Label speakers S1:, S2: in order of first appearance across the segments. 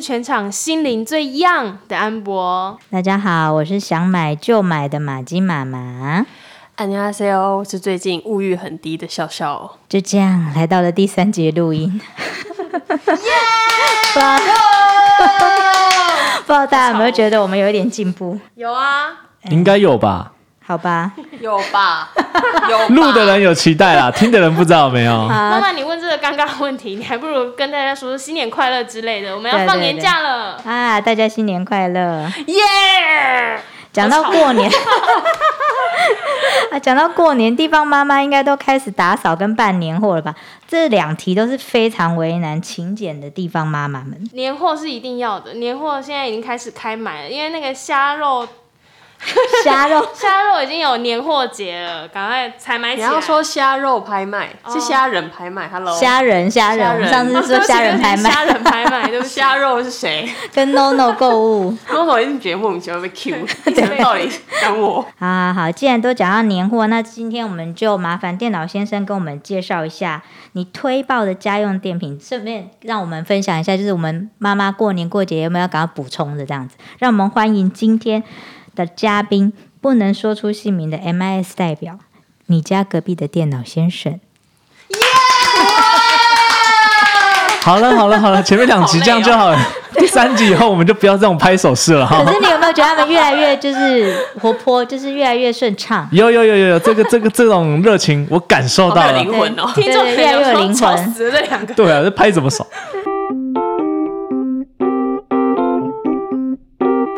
S1: 全场心灵最 young 的安博。
S2: 大家好，我是想买就买的马金妈妈。
S1: 안녕하세요，我是最近物欲很低的笑
S3: 哦
S1: 笑。
S2: 就这样来到了第三节录音， 不知道大家有没有觉得我们有一点进步？
S1: 有啊，
S4: 应该有吧？
S2: 好吧，
S1: 有 吧，有吧
S4: 录的人有期待啦，听的人不知道有没有？
S1: 妈
S2: 呃
S1: 妈，你问这个尴尬问题，你还不如跟大家说说新年快乐之类的。我们要
S2: 对
S1: 放
S2: 对
S1: 年假了，
S2: 啊，大家新年快 乐！
S1: 耶！
S2: 讲到过年， 啊，讲到过年，地方妈妈应该都开始打扫跟办年货了吧？这两题都是非常为难勤俭的地方妈妈 们。
S1: 年货是一定要的，年货现在已经开始开买了，因为那个虾肉，
S2: 虾肉
S1: 虾肉已经有年货节了，赶快采买
S3: 你
S1: 起来。
S3: 要说虾肉拍卖，
S1: 哦
S3: 是虾仁拍卖。Hello，
S2: 虾仁，虾仁，
S3: 虾
S2: 我们
S3: 仁
S2: 上次是说 虾仁拍卖，
S1: 虾仁拍卖，对不起。
S3: 虾肉是 谁？
S2: 跟 NONO 购物。
S3: 我我一定觉得莫名其妙被 Q，什么道理讲我？
S2: 好 好好，既然都讲到年货，那今天我们就麻烦电脑先生跟我们介绍一下你推爆的家用电品，顺便让我们分享一下，就是我们妈妈过年过节有没有要赶快补充的这样子。让我们欢迎今天的嘉宾，不能说出姓名的 MIS 代表，你家隔壁的电脑先生。
S4: 好了好了好了，前面两集这样就好了，第三集以后我们就不要这种拍手势了哈
S2: 可。是你有没有觉得他们越来越就是活 泼，就是越来越顺畅？
S4: 有有有有有，这个这个这种热情我感受
S3: 好
S4: 到
S3: 没有
S4: 了。
S3: 灵魂哦！
S2: 对
S1: 听众朋
S2: 对越来
S1: 友
S2: 越有
S1: 说
S2: 灵
S1: 吵
S2: 魂。
S1: 死了这两个。
S4: 对啊，这拍怎么手？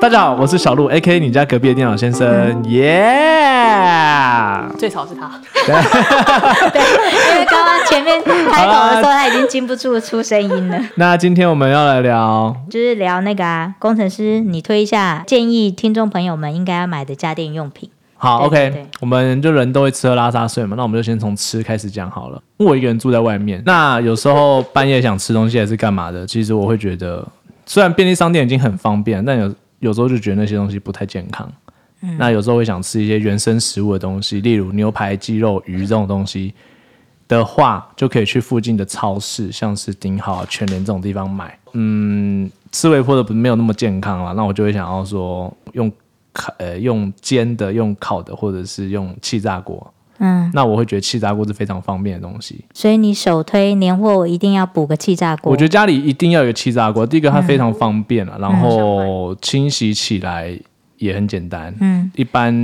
S4: 大家好，我是小鹿，A K 你家隔壁的电脑先生，耶、
S3: 最吵是他，？
S2: 因为刚刚前面开头的时候他已经禁不住出声音了。
S4: 那今天我们要来聊，
S2: 就是聊那个啊，工程师，
S4: 嗯
S2: 你推一下建议听众朋友们应该要买的家电用品。
S4: 好
S2: 对对
S4: o k 我们就人都会吃喝拉撒睡嘛，那我们就先从吃开始讲好了。因为我一个人住在外面，那有时候半夜想吃东西还是干嘛的，其实我会觉得，虽然便利商店已经很方便，但有有时候就觉得那些东西不太健康。
S2: 嗯
S4: 那有时候会想吃一些原生食物的东西，例如牛排、鸡肉、鱼这种东西的话，就可以去附近的超市，像是顶好啊、全联这种地方买。嗯，吃微波的不没有那么健康啦，那我就会想要说用烤呃用煎的、用烤的，或者是用气炸锅。
S2: 嗯，
S4: 那我会觉得气炸锅是非常方便的东西。
S2: 所以你首推年货，我一定要补个气炸锅。
S4: 我觉得家里一定要有个气炸锅，第一个它非常方便
S2: 嗯
S4: 啊，然后清洗起来也很简单。
S2: 嗯，
S4: 一般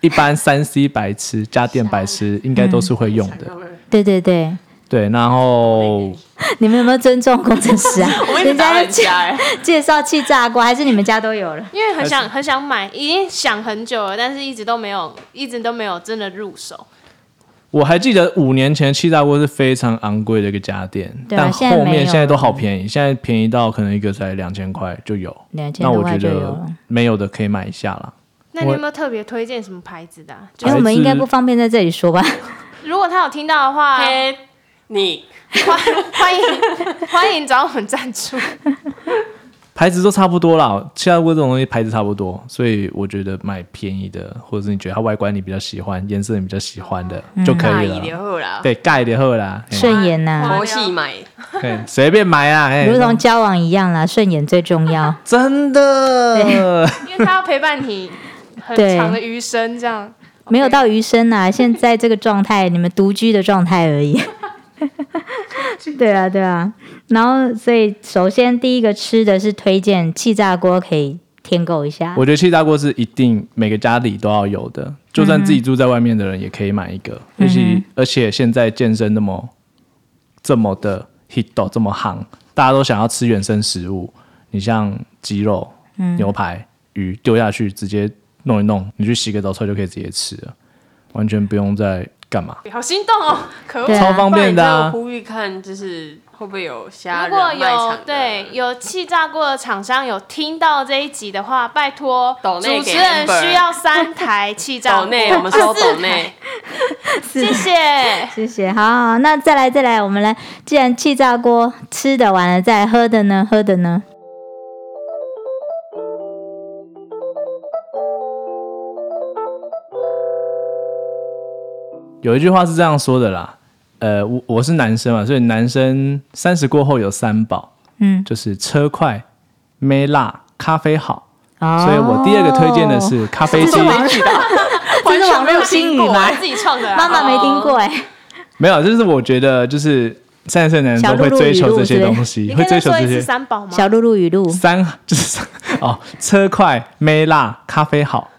S4: 一般三 C 白痴、家电白痴应该都是会用的。
S2: 对对对，
S4: 对，然后
S2: 你们有没有尊重工程师 啊
S3: 我一直
S2: 人
S3: 打
S2: 家
S3: 人
S2: 介
S3: 家哎，
S2: 介绍气炸锅，还是你们家都有了？
S1: 因为很想很想买，已经想很久了，但是一直都没有，一直都没有真的入手。
S4: 我还记得五年前气炸锅是非常昂贵的一个家电，
S2: 对啊
S4: 但
S2: 现在
S4: 后
S2: 没有
S4: 面
S2: 了
S4: 现在都好便宜，现在便宜到可能一个才两千块就有。
S2: 两千
S4: 那
S2: 多
S4: 我
S2: 块
S4: 觉
S2: 就有
S4: 得
S2: 了。
S4: 没有的可以买一下啦。
S1: 那你有
S4: 我
S1: 没有特别推荐什么牌子的、啊？就
S2: 因为我们应该不方便在这里说吧，
S1: 如果他有听到的话，
S3: 嘿哎你
S1: 欢欢迎 欢迎找我们赞助。
S4: 牌子都差不多啦，气炸锅这种东西牌子差不多，所以我觉得买便宜的，或者是你觉得它外观你比较喜欢、颜色你比较喜欢的、就可
S3: 大嗯
S4: 以
S3: 一
S4: 了。
S3: 点后啦，
S4: 对，盖的后啦，嘿
S2: 顺眼呐、
S3: 佛系买，
S4: 嘿随便买啊，嘿
S2: 如同交往一样啦，顺眼最重要。
S4: 真的。
S1: 因为他要陪伴你很
S2: 对
S1: 长的余生，这样
S2: 没有到余生啊，现在这个状态，你们独居的状态而 已。对啊，对啊。然后，所以首先第一个吃的是推荐气炸锅，可以添购一下。
S4: 我觉得气炸锅是一定每个家里都要有的，就算自己住在外面的人也可以买一个。尤其而且现在健身那么这么的 hit 这么夯，大家都想要吃原生食物。你像鸡肉、牛排、鱼丢下去，直接弄一弄，你去洗个澡出来就可以直接吃了，完全不用再干嘛，
S1: 好心动哦！可恶
S2: 对，啊
S4: 超方便
S3: 不
S4: 的、
S3: 然你
S4: 啊
S3: 就。呼吁看，就是会不会有虾
S1: 如
S3: 仁
S1: 果
S3: 卖场
S1: 有
S3: 的？
S1: 对有气炸锅的厂商有听到这一集的话，拜托
S3: 抖内
S1: 主
S3: 给
S1: 持人
S3: Amber
S1: 需要三台气炸
S3: 抖
S1: 锅，
S3: 内， 我们收抖内，
S1: 谢谢。
S2: 谢谢。好好，那再来，再来，我们来。既然气炸锅吃的完了，再来喝的呢？喝的呢？
S4: 有一句话是这样说的啦，呃，我我是男生嘛，所以男生三十过后有三宝，
S2: 嗯，
S4: 就是车快、没辣、咖啡好。
S2: 哦
S4: 所以我第二个推荐的是咖啡机，
S3: 完全没有
S1: 新
S3: 听
S1: 语
S3: 过
S1: 吗？自己创的啊，
S2: 妈妈没听过哎，
S4: 没有，就是我觉得就是三十岁男人都会追求这些东西，
S1: 你
S4: 会
S1: 跟他
S4: 追求
S1: 说
S4: 这
S1: 一次
S4: 些
S1: 三宝吗？
S2: 小露露语录
S4: 三就是三哦，车快、没辣、咖啡好。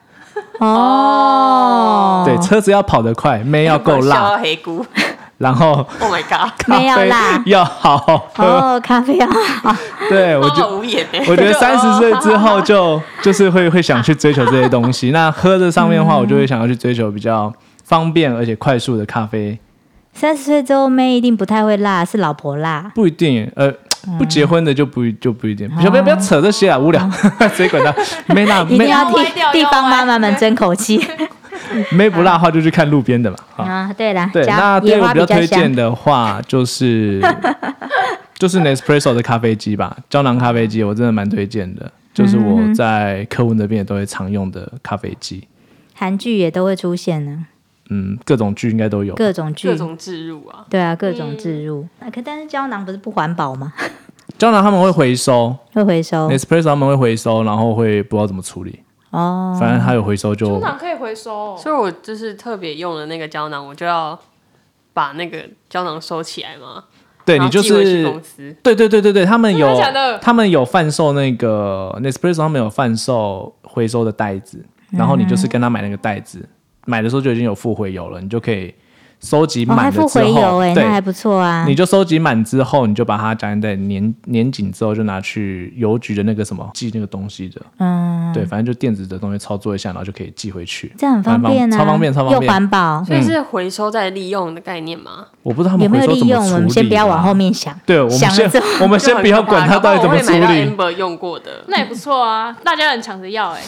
S2: 哦，
S4: 对，车子要跑得快，妹 要够
S3: 哎笑啊
S4: 辣，
S3: 到黑菇
S4: 然后
S3: ，Oh my god，
S4: 咖
S2: 妹要
S4: 啡
S2: 辣
S4: 要好喝。
S2: 哦，咖啡啊，
S4: 对我
S3: 妈
S4: 觉
S3: 妈无言哎，
S4: 我觉得三十岁之后就就是会会想去追求这些东西。那喝这上面的话，我就会想要去追求比较方便而且快速的咖啡。
S2: 三十岁之后妹一定不太会辣，是老婆辣。
S4: 不一定，呃，不结婚的就不一就不一定。不要不要不要扯这些啊，无聊， 谁管他？没辣
S2: 一定
S4: 没
S2: 要替
S1: 要歪掉
S2: 地方
S1: 要歪
S2: 妈妈们争口气
S4: 没不辣的话，就去看路边的嘛。啊，
S2: 啊！对啦，
S4: 对，
S2: 加
S4: 那第
S2: 野
S4: 二个
S2: 花
S4: 比较
S2: 比较
S4: 推荐
S2: 香，
S4: 的话，就是就是 Nespresso 的咖啡机吧，胶囊咖啡机，我真的蛮推荐的，就是我在客户那边也都会常用的咖啡机，
S2: 韩剧也都会出现呢，
S4: 嗯，各种剧应该都有。
S2: 各种剧
S3: 各，种置入啊，
S2: 对啊，各种置入。啊可但是胶囊不是不环保吗？
S4: 胶囊他们会回收
S2: 会回收
S4: ，Nespresso 他们会回收，然后会不知道怎么处理，
S2: 哦。
S4: 反正它有回收就
S1: 通常可以回收哦。
S3: 所以我就是特别用的那个胶囊，我就要把那个胶囊收起来嘛，
S4: 对
S3: 然
S4: 你
S3: 后
S4: 就
S3: 寄回去
S4: 是嗯
S3: 公司，
S4: 对对对对对，他们有
S1: 真的假的
S4: 他们有贩售那个 Nespresso，他们有贩售回收的袋子，然后你就是跟他买那个袋子，买的时候就已经有附回邮了，你就可以收集
S2: 哦，还
S4: 满
S2: 附
S4: 了之
S2: 回
S4: 后，
S2: 邮哎，那还
S4: 对，
S2: 不错啊
S4: 你。就收集满之后，你就把它夹在粘粘紧之后，就拿去邮局的那个什么寄那个东西的，
S2: 嗯，
S4: 对，反正就电子的东西操作一下，然后就可以寄回去，
S2: 这样很方
S4: 蛮
S2: 便啊，
S4: 超方便超方
S2: 又
S4: 便。
S2: 环保。
S3: 所以是回收再利用的概念吗？
S4: 我不知道他们
S2: 有没
S4: 回
S2: 有
S4: 收怎
S2: 利
S4: 么
S2: 用？
S4: 处理、啊
S2: 我们先不要往后。面想，
S4: 对，我们
S2: 想了
S4: 先
S2: 之后
S4: 我们先不要管它到底怎么处
S3: 搞啊不好我会买
S4: 理。
S3: 到 Amber 用过的，
S1: 那也不错啊，大家很抢着要哎。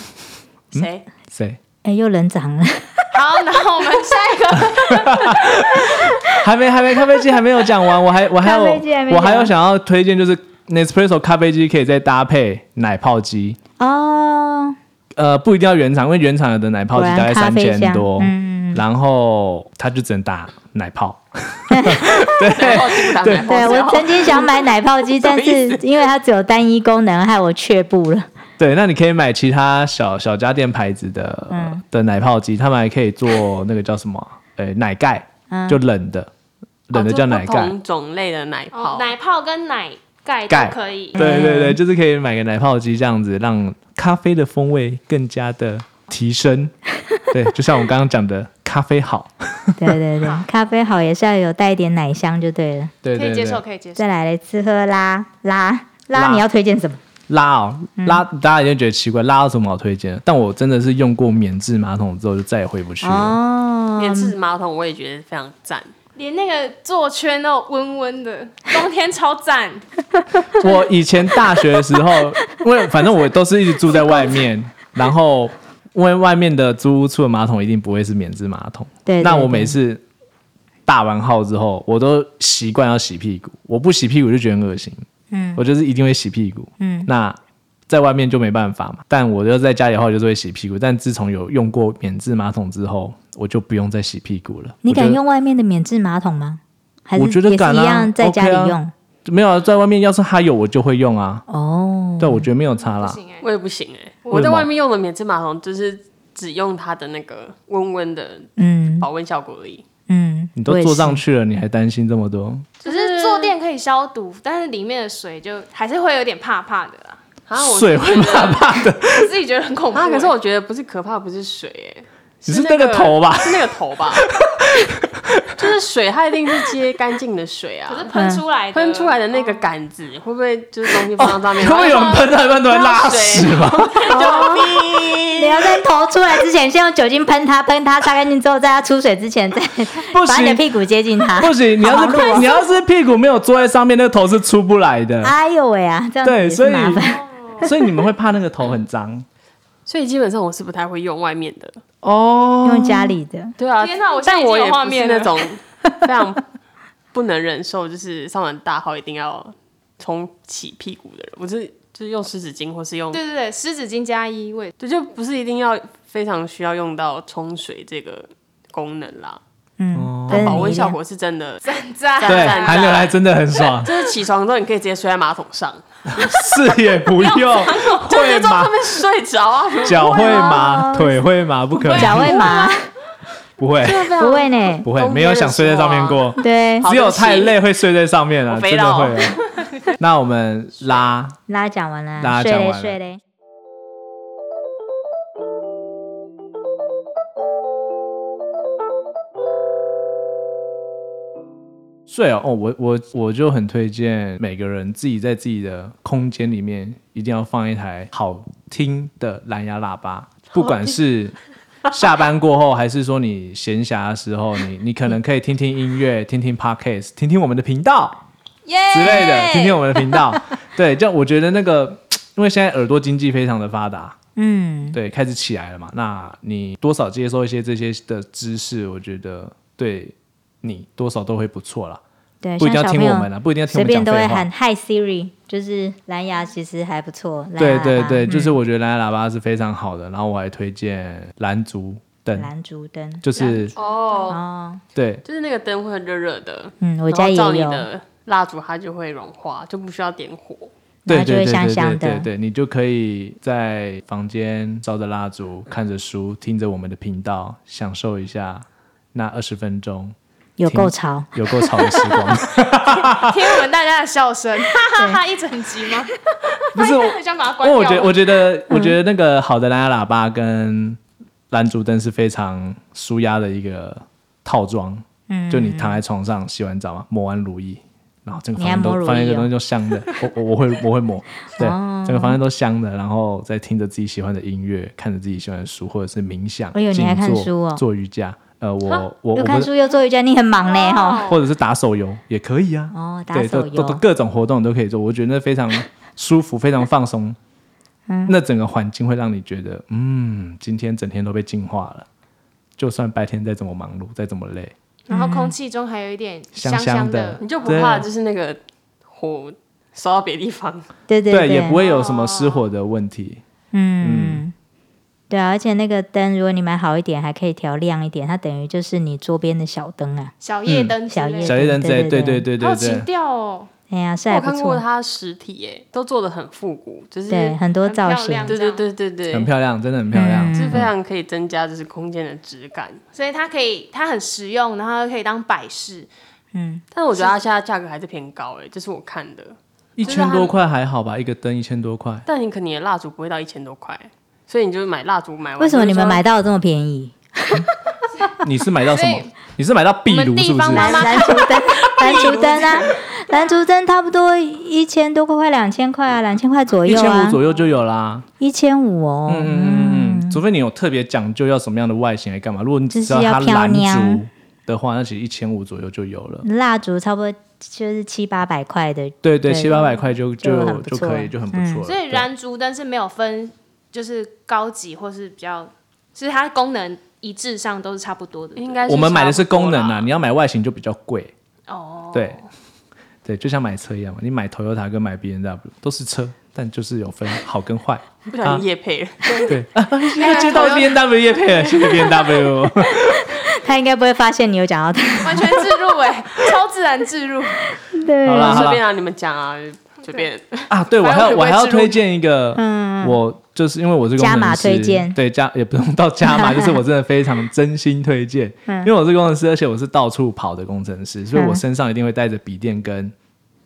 S4: 嗯
S3: 谁？
S4: 谁？
S2: 哎，又人长 了。
S1: 好，然后我们下一个，
S4: 还没还没咖啡机还没有讲完，我还我还有
S2: 咖啡机还没
S4: 我还
S2: 讲
S4: 有想要推荐就是 Nespresso 咖啡机可以再搭配奶泡机，
S2: 哦，
S4: 呃，不一定要原厂，因为原厂的奶泡机
S2: 果然
S4: 大概
S2: 咖
S4: 三
S2: 啡
S4: 千
S2: 香
S4: 多，
S2: 嗯
S4: 然后它就只能打 奶泡，
S3: 然后基本上
S4: 对
S2: 对
S3: 买
S2: 啊
S3: 包
S2: 我
S3: 装
S2: 曾经想买奶泡 机，但是因为它只有单一功能，害我却步了。
S4: 对，那你可以买其他小小家电牌子的、
S2: 嗯
S4: 的奶泡机，他们还可以做那个叫什么，呃，奶盖，
S2: 嗯
S4: 就冷的，冷的叫奶
S3: 哦就不
S4: 盖。
S3: 同种类的奶
S1: 哦
S3: 泡，
S1: 奶泡跟奶盖
S4: 盖嗯
S1: 都可以。
S4: 对对对，就是可以买个奶泡机这样子，让咖啡的风味更加的 提升。对，就像我刚刚讲的，咖啡好。
S2: 对对对，咖啡 好也是要有带一点奶香就对了。
S4: 对
S1: 可
S4: 对
S1: 以接
S4: 对，
S1: 受，可以接受。
S2: 再来嘞，吃喝拉拉拉，
S4: 拉
S2: 你要推荐什么？
S4: 拉哦，
S2: 嗯
S4: 拉大家一定觉得奇怪，拉有什么好推荐的？但我真的是用过免治马桶之后，就再也回不去了。
S2: 哦，
S3: 免治马桶我也觉得非常赞，
S1: 连那个坐圈都温温 的，冬天超赞。
S4: 我以前大学的时候， 因为反正我都是一直住在外面，然后因为外面的租屋处的马桶一定不会是免治马桶。
S2: 对对
S4: 那我
S2: 对
S4: 每次大完号之后，我都习惯要洗屁股，我不洗屁股就觉得很恶心。
S2: 嗯
S4: 我就是一定会洗屁股。
S2: 嗯，
S4: 那在外面就没办法嘛，但我就在家里的话，我就是会洗屁股。但自从有用过免治马桶之后，我就不用再洗屁股了。
S2: 你
S4: 我觉
S2: 敢
S4: 得
S2: 用外面的免治马桶吗？还是
S4: 我觉得
S2: 也是
S4: 敢啊
S2: 一样在家
S4: OK 啊
S2: 里用？
S4: 没有啊在外面，要是它有我就会用啊。
S2: 哦，
S4: 对，我觉得没有差
S1: 不
S4: 啦。
S1: 行哎，
S3: 我也不行哎，
S4: 为
S3: 我
S4: 什
S3: 在
S4: 么
S3: 外面用的免治马桶就是只用它的那个温温的
S2: 嗯
S3: 保温效果而已，
S2: 嗯，
S4: 你都
S2: 我也
S4: 坐
S2: 是
S4: 上去了，你还担心这么多？
S1: 只是坐垫可以消毒，但是里面的水就还是会有点怕怕的 啦。
S3: 啊我
S4: 水会怕怕的，
S1: 我自己觉得很恐怖欸。
S3: 啊，可是我觉得不是可怕，不是水哎。
S4: 你是那个头吧？
S3: 是那个头 吧？就是水，它一定是接干净的水
S1: 可是
S3: 啊。
S1: 喷出来的
S3: 喷出来的那个杆子，会不会就是东西放到上面？
S4: 会不会有人喷到一半突然拉
S3: 水
S4: 屎吧？
S2: 你要在头出来之前，先用酒精喷它，喷它擦干净之后，在它出水之前再
S4: 不
S2: 把你的
S4: 行
S2: 屁股接近它。
S4: 不 行，你要
S2: 好
S4: 是
S2: 忙碌哦
S4: 你要是屁股没有坐在上面，那个头是出不来的。
S2: 哎呦喂啊，这样子
S4: 对
S2: 也
S4: 所
S2: 是
S4: 以
S2: 麻烦。
S4: 所以你们会怕那个头很脏
S3: 所以基本上我是不太会用外面的。
S4: 哦
S2: 用家里的，
S3: 对啊，
S1: 天哪我现在
S3: 但
S1: 已经
S3: 我
S1: 有
S3: 也
S1: 画
S3: 不是
S1: 面
S3: 那
S1: 了
S3: 种 非常不能忍受，就是上完大号一定要冲洗屁股的人。我是就是用湿纸巾，或是用
S1: 对对对，湿纸巾加衣卫，
S3: 对，就不是一定要非常需要用到冲水这个功能啦。
S4: 哦
S2: 嗯，但是
S3: 保
S2: 你
S3: 温
S2: 一定
S3: 效果是真的，
S1: 赞赞
S4: 对，
S3: 赞
S4: 含牛奶真的很 爽，
S3: 就是起床之后你可以直接睡在马桶上，
S4: 是也 不用，
S3: 在
S4: 会麻
S3: 上，面睡着啊，
S4: 脚会麻，腿会麻，不可能，
S2: 脚会麻，
S4: 不会
S2: 不会呢，
S4: 不会，
S3: 冬天
S4: 没有想睡在上面过，
S2: 对，
S3: 好
S4: 只有太累会睡在上面了，啊
S3: 我
S4: 真
S3: 飞
S4: 的
S3: 到
S4: 会 哦。那我们拉
S2: 拉讲完了，
S4: 拉
S2: 睡
S4: 讲完
S2: 嘞
S4: 了
S2: 睡嘞。
S4: 睡哦，哦我我我就很推荐每个人自己在自己的空间里面一定要放一台好听的蓝牙喇叭，不管是下班过后，还是说你闲暇的时候，你你可能可以听听音乐，听听 podcast，听听我们的频道。
S2: 耶
S4: 之类的，听听我们的频道。 对，这样我觉得那个，因为现在耳朵经济非常的发达，
S2: 嗯，
S4: 对，开始起来了嘛。那你多少接受一些这些的知识，我觉得对你多少都会不错啦。
S2: 对，
S4: 不一定
S2: 像
S4: 要
S2: 哎小
S4: 听
S2: 朋
S4: 我
S2: 友
S4: 们啦，啊不一定要听
S2: 随
S4: 我们
S2: 便
S4: 讲
S2: 都
S4: 废
S2: 会
S4: 话
S2: 喊。Hi Siri，就是蓝牙其实还不错。蓝
S4: 对
S2: 牙
S4: 对
S2: 喇叭
S4: 对，
S2: 嗯
S4: 就是我觉得蓝牙喇叭是非常好的。然后我还推荐蓝竹灯，
S2: 蓝烛灯
S4: 就是
S3: 哦，
S2: 哦，
S4: 对
S3: 就是那个灯会热热的，
S2: 嗯，我
S3: 然后
S2: 家也
S3: 照你
S2: 有，
S3: 的蜡烛它就会融化，就不需要点火。
S2: 然
S4: 对
S2: 后就会
S4: 对对
S2: 香
S4: 对
S2: 香
S4: 对
S2: 的
S4: 对，对，你就可以在房间烧着蜡烛，看着书，听着我们的频道，享受一下那二十分钟
S2: 有
S4: 嗯
S2: 够潮。
S4: 有够吵的时 光。
S1: 听我们大家的笑声，哈哈哈！一整集吗？
S4: 不是，我
S1: 很想把它
S4: 因
S1: 关
S4: 为
S1: 掉。
S4: 哦我觉得，我
S2: 嗯
S4: 觉得，我觉得那个好的蓝牙喇叭跟蓝烛灯是非常舒压的一个套装。
S2: 嗯，
S4: 就你躺在床上洗完澡嘛，抹完乳液，然后整个
S2: 你
S4: 房
S2: 还
S4: 间
S2: 抹乳
S4: 都
S2: 液
S4: 放一个
S2: 哦
S4: 东西就香的， 我我我会我会抹，对，
S2: 哦
S4: 整个房间都香的，然后再听着自己喜欢的音乐，看着自己喜欢的书或者是冥想，
S2: 哎呦你
S4: 静
S2: 还看
S4: 坐
S2: 书哦
S4: 做瑜伽，呃，我我
S2: 又
S4: 我
S2: 看
S4: 不
S2: 书
S4: 是，
S2: 又做瑜伽，你很忙呢哈。
S4: 或者是打手游也可以啊，
S2: 哦，打
S4: 对，
S2: 手
S4: 都都都
S2: 游，
S4: 各种活动都可以做，我觉得非常舒服，非常放松。
S2: 嗯
S4: 那整个环境会让你觉得，嗯，今天整天都被净化了。就算白天再怎么忙碌，再怎么累，
S1: 然后空气中还有一点
S4: 嗯香
S1: 香
S4: 香的
S3: 你就不
S4: 对
S2: 啊
S3: 怕就是那个火烧到别地方？
S2: 对对
S4: 也不会有什么失火的问题。
S2: 嗯，对啊，而且那个灯，如果你买好一点，还可以调亮一点，它等于就是你桌边的小灯啊。
S1: 小夜灯之类的、
S2: 嗯
S4: 小夜灯之类，对
S2: 对对
S4: 对对
S1: 好
S4: 对
S1: 情
S4: 对，
S1: 调哦，
S2: 哎呀，是
S3: 我
S2: 还不
S3: 看过
S2: 错，
S3: 它实体耶，都做的很复古，就是
S2: 对，很多
S1: 很漂
S2: 造型
S1: 亮，
S3: 对对对对对，
S4: 很漂亮，真的很漂亮。
S1: 嗯
S3: 就是非常可以增加就是空间的质感。
S1: 所以它可以，它很实用，然后又可以当摆饰。
S2: 嗯，
S3: 但是我觉得它现在价格还是偏高哎，这是我看的。
S4: 一千多块还好吧，一个灯一千多块，
S3: 但你可能你的蜡烛不会到一千多块，所以你就是买蜡烛买完。
S2: 为什么你们
S3: 就是说
S2: 买到的这么便宜？
S4: 你是买到什
S1: 所
S4: 么
S1: 以？
S4: 你是买到壁
S1: 我
S4: 炉
S1: 们地
S4: 是不是
S1: 方？妈
S2: 蓝
S1: 妈
S2: 蓝烛灯，蓝烛灯啊， 蓝烛灯差不多一千多块，快两千块啊，两千块左
S4: 一
S2: 右
S4: 千
S2: 啊
S4: 五，左右就有啦。
S2: 一千五哦，
S4: 嗯嗯嗯嗯，除非你有特别讲究要什么样的外形来干嘛。如果你只知道它
S2: 就是要漂
S4: 蓝
S2: 亮
S4: 烛的话，那其实一千五左右就有了。
S2: 嗯蜡烛差不多就是七八百块的，
S4: 对对，
S2: 对
S4: 七八百块就
S2: 就
S4: 就
S2: 很不
S4: 就
S2: 错
S4: 可以，就很不错了。
S1: 嗯所以
S4: 对
S1: 燃烛灯是没有分，就是高级或是比较，就是它功能一致上都是差不多的。
S3: 应该
S4: 我们买的是功能
S3: 差不多
S4: 啊，
S3: 啦，
S4: 你要买外形就比较贵。
S1: 哦，
S4: 对对，就像买车一样嘛，你买 Toyota 跟买 B N W 都是车，但就是有分好跟坏。
S3: 不
S4: 啊
S3: 小心夜配了。
S4: 对，又接到 B N W 叶配了，谢谢 B N W。
S2: 他应该不会发现你有讲到他。
S1: 完全置入哎、超自然置入。
S2: 对
S4: 好啦好
S3: 随
S4: 啦
S3: 便啊，你们讲 啊，随便。
S4: 啊，对我还
S1: 反正
S4: 要
S1: 我也不会
S4: 我还要
S1: 置入嗯
S4: 推荐一个，我就是因为我这个
S2: 加码推荐
S4: 对加也不用到 加码，就是我真的非常真心推荐，
S1: 嗯
S4: 因为我是工程师，而且我是到处跑的工程师，所以我
S2: 嗯
S4: 身上一定会带着笔电跟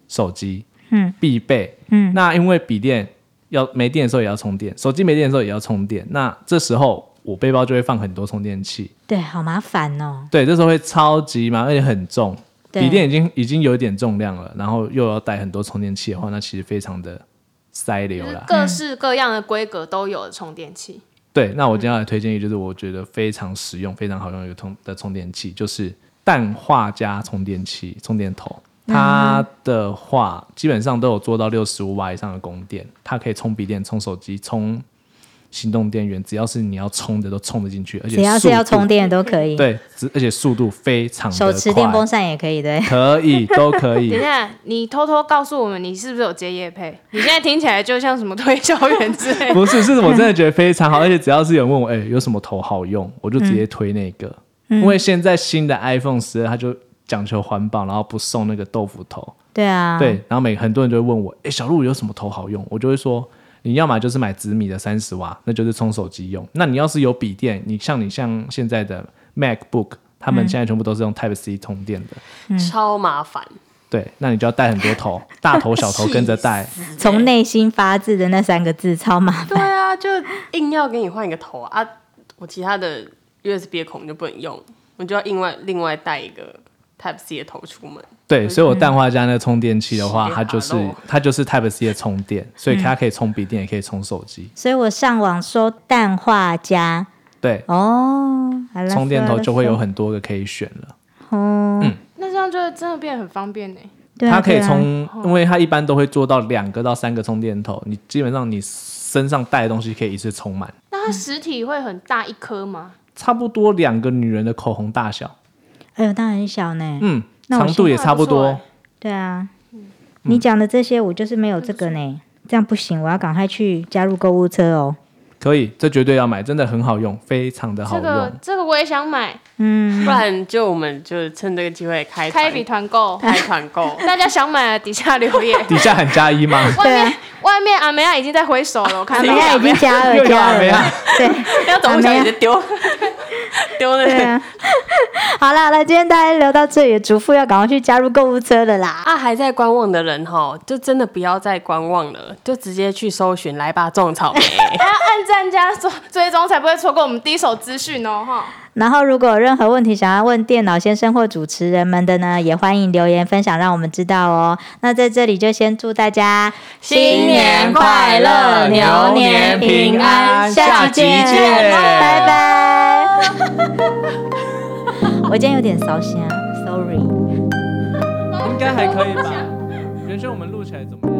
S4: 手机，
S2: 嗯，
S4: 必备，
S2: 嗯，
S4: 那因为笔电要没电的时候也要充电，手机没电的时候也要充电，那这时候我背包就会放很多充电器，
S2: 对，好麻烦哦。
S4: 对，这时候会超级麻烦，而且很重。
S2: 对
S4: 笔电已经已经有一点重量了，然后又要带很多充电器的话，那其实非常的塞流
S1: 就是
S4: 啦。
S2: 嗯
S1: 各式各样的规格都有的充电器，
S4: 对，那我今天要来推荐一个，就是我觉得非常实用、非常好用的一个充的充电器，就是氮化镓充电器充电头。它
S2: 嗯
S4: 的话基本上都有做到六十五瓦以上的供电，它可以充笔电、充手机、充行动电源，只要是你要充的都充得进去，而且
S2: 只要是要
S4: 速度
S2: 充电都可以，
S4: 对，只而且速度非常的
S2: 手持电
S4: 快
S2: 风扇也 可以，对。
S4: 可以，都可以
S1: 等一。下，你偷偷告诉我们，你是不是有接夜配？你现在听起来就像什么推销员之 类的。
S4: 不是，是我真的觉得非常好，而且只要是有人问我，哎、有什么头好用，我就直接推那个。因为现在新的 iPhone 十它就讲求环保，然后不送那个豆腐头。
S2: 对啊，
S4: 对，然后每很多人就会问我，哎，小鹿有什么头好用？我就会说，你要么就是买紫米的三十瓦，那就是充手机用。那你要是有笔电，你像你像现在的 MacBook，他们现在全部都是用 Type C 通电的，
S2: 嗯
S3: 超麻烦。
S4: 对，那你就要带很多头，大头小头跟着带。
S2: 从内心发自的那三个字超麻
S3: 对
S2: 烦。
S3: 啊， 就硬要给你换一个头啊啊！我其他的 USB 的孔就不能用，我就要另外另外带一个 Type C 的头出门。
S4: 对，所以我氮化镓那个充电器的话，
S1: 啊
S3: 嗯
S4: 它就是
S3: 斜塔咯
S4: 它就是 Type C 的充
S1: 嗯
S4: 电，所以它可以充笔电，也可以充手机。
S2: 所以我上网搜氮化镓
S4: 对，
S2: 哦，好了
S4: 充电头就会有
S2: 说了
S4: 很多个可以选了。
S2: 说哦，
S1: 那这样就真的变得很方便呢。
S2: 对啊
S4: 它可以
S2: 对啊
S4: 充，
S1: 哦
S4: 因为它一般都会做到两个到三个充电头，你基本上你身上带的东西可以一次充满，
S1: 那它实体会很大一颗吗？
S4: 差不多两个女人的口红大小，
S2: 哎呦，那很小呢。
S4: 嗯，
S2: 那我
S4: 长度也
S1: 现在
S4: 差不
S1: 还不错
S4: 多
S1: 欸。
S2: 对啊，你讲的这些我就是没有这个
S4: 嗯
S2: 呢，这样不行，我要赶快去加入购物车哦。
S4: 可以，这绝对要买，真的很好用，非常的好
S1: 这个
S4: 用。
S1: 这个我也想买，
S2: 嗯，
S3: 不然就我们就趁这个机会开
S1: 开
S3: 团
S1: 一笔团购，，
S3: 开团购
S1: 大家想买的底下留言。
S4: 底下喊加 一吗？
S1: 外
S2: 对啊
S1: 面外面阿梅亚已经在挥手了，我看
S2: 等
S1: 到
S2: 一下已经加
S4: 又
S2: 了
S4: 啊有
S2: 加
S4: 阿
S2: 了
S4: 梅亚，
S2: 对
S3: 要走路小姐姐丢 丢那
S2: 对
S3: 个
S2: 啊。好啦，那今天大家聊到这里，主妇要赶快去加入购物车了啦。
S3: 啊，还在观望的人哈，就真的不要再观望了，就直接去搜寻来吧种草莓。
S1: 要按赞加追追踪，才不会错过我们第一手资讯哦，哈。
S2: 然后，如果有任何问题想要问电脑先生或主持人们的呢，也欢迎留言分享，让我们知道哦。那在这里就先祝大家
S3: 新年快乐牛年平安
S2: 下
S3: 下
S2: 期
S3: 集
S2: 见，
S3: 见
S2: 拜拜。 我今天有点烧心啊，sorry。
S4: 应该还可以吧？原先我们录起来怎么样？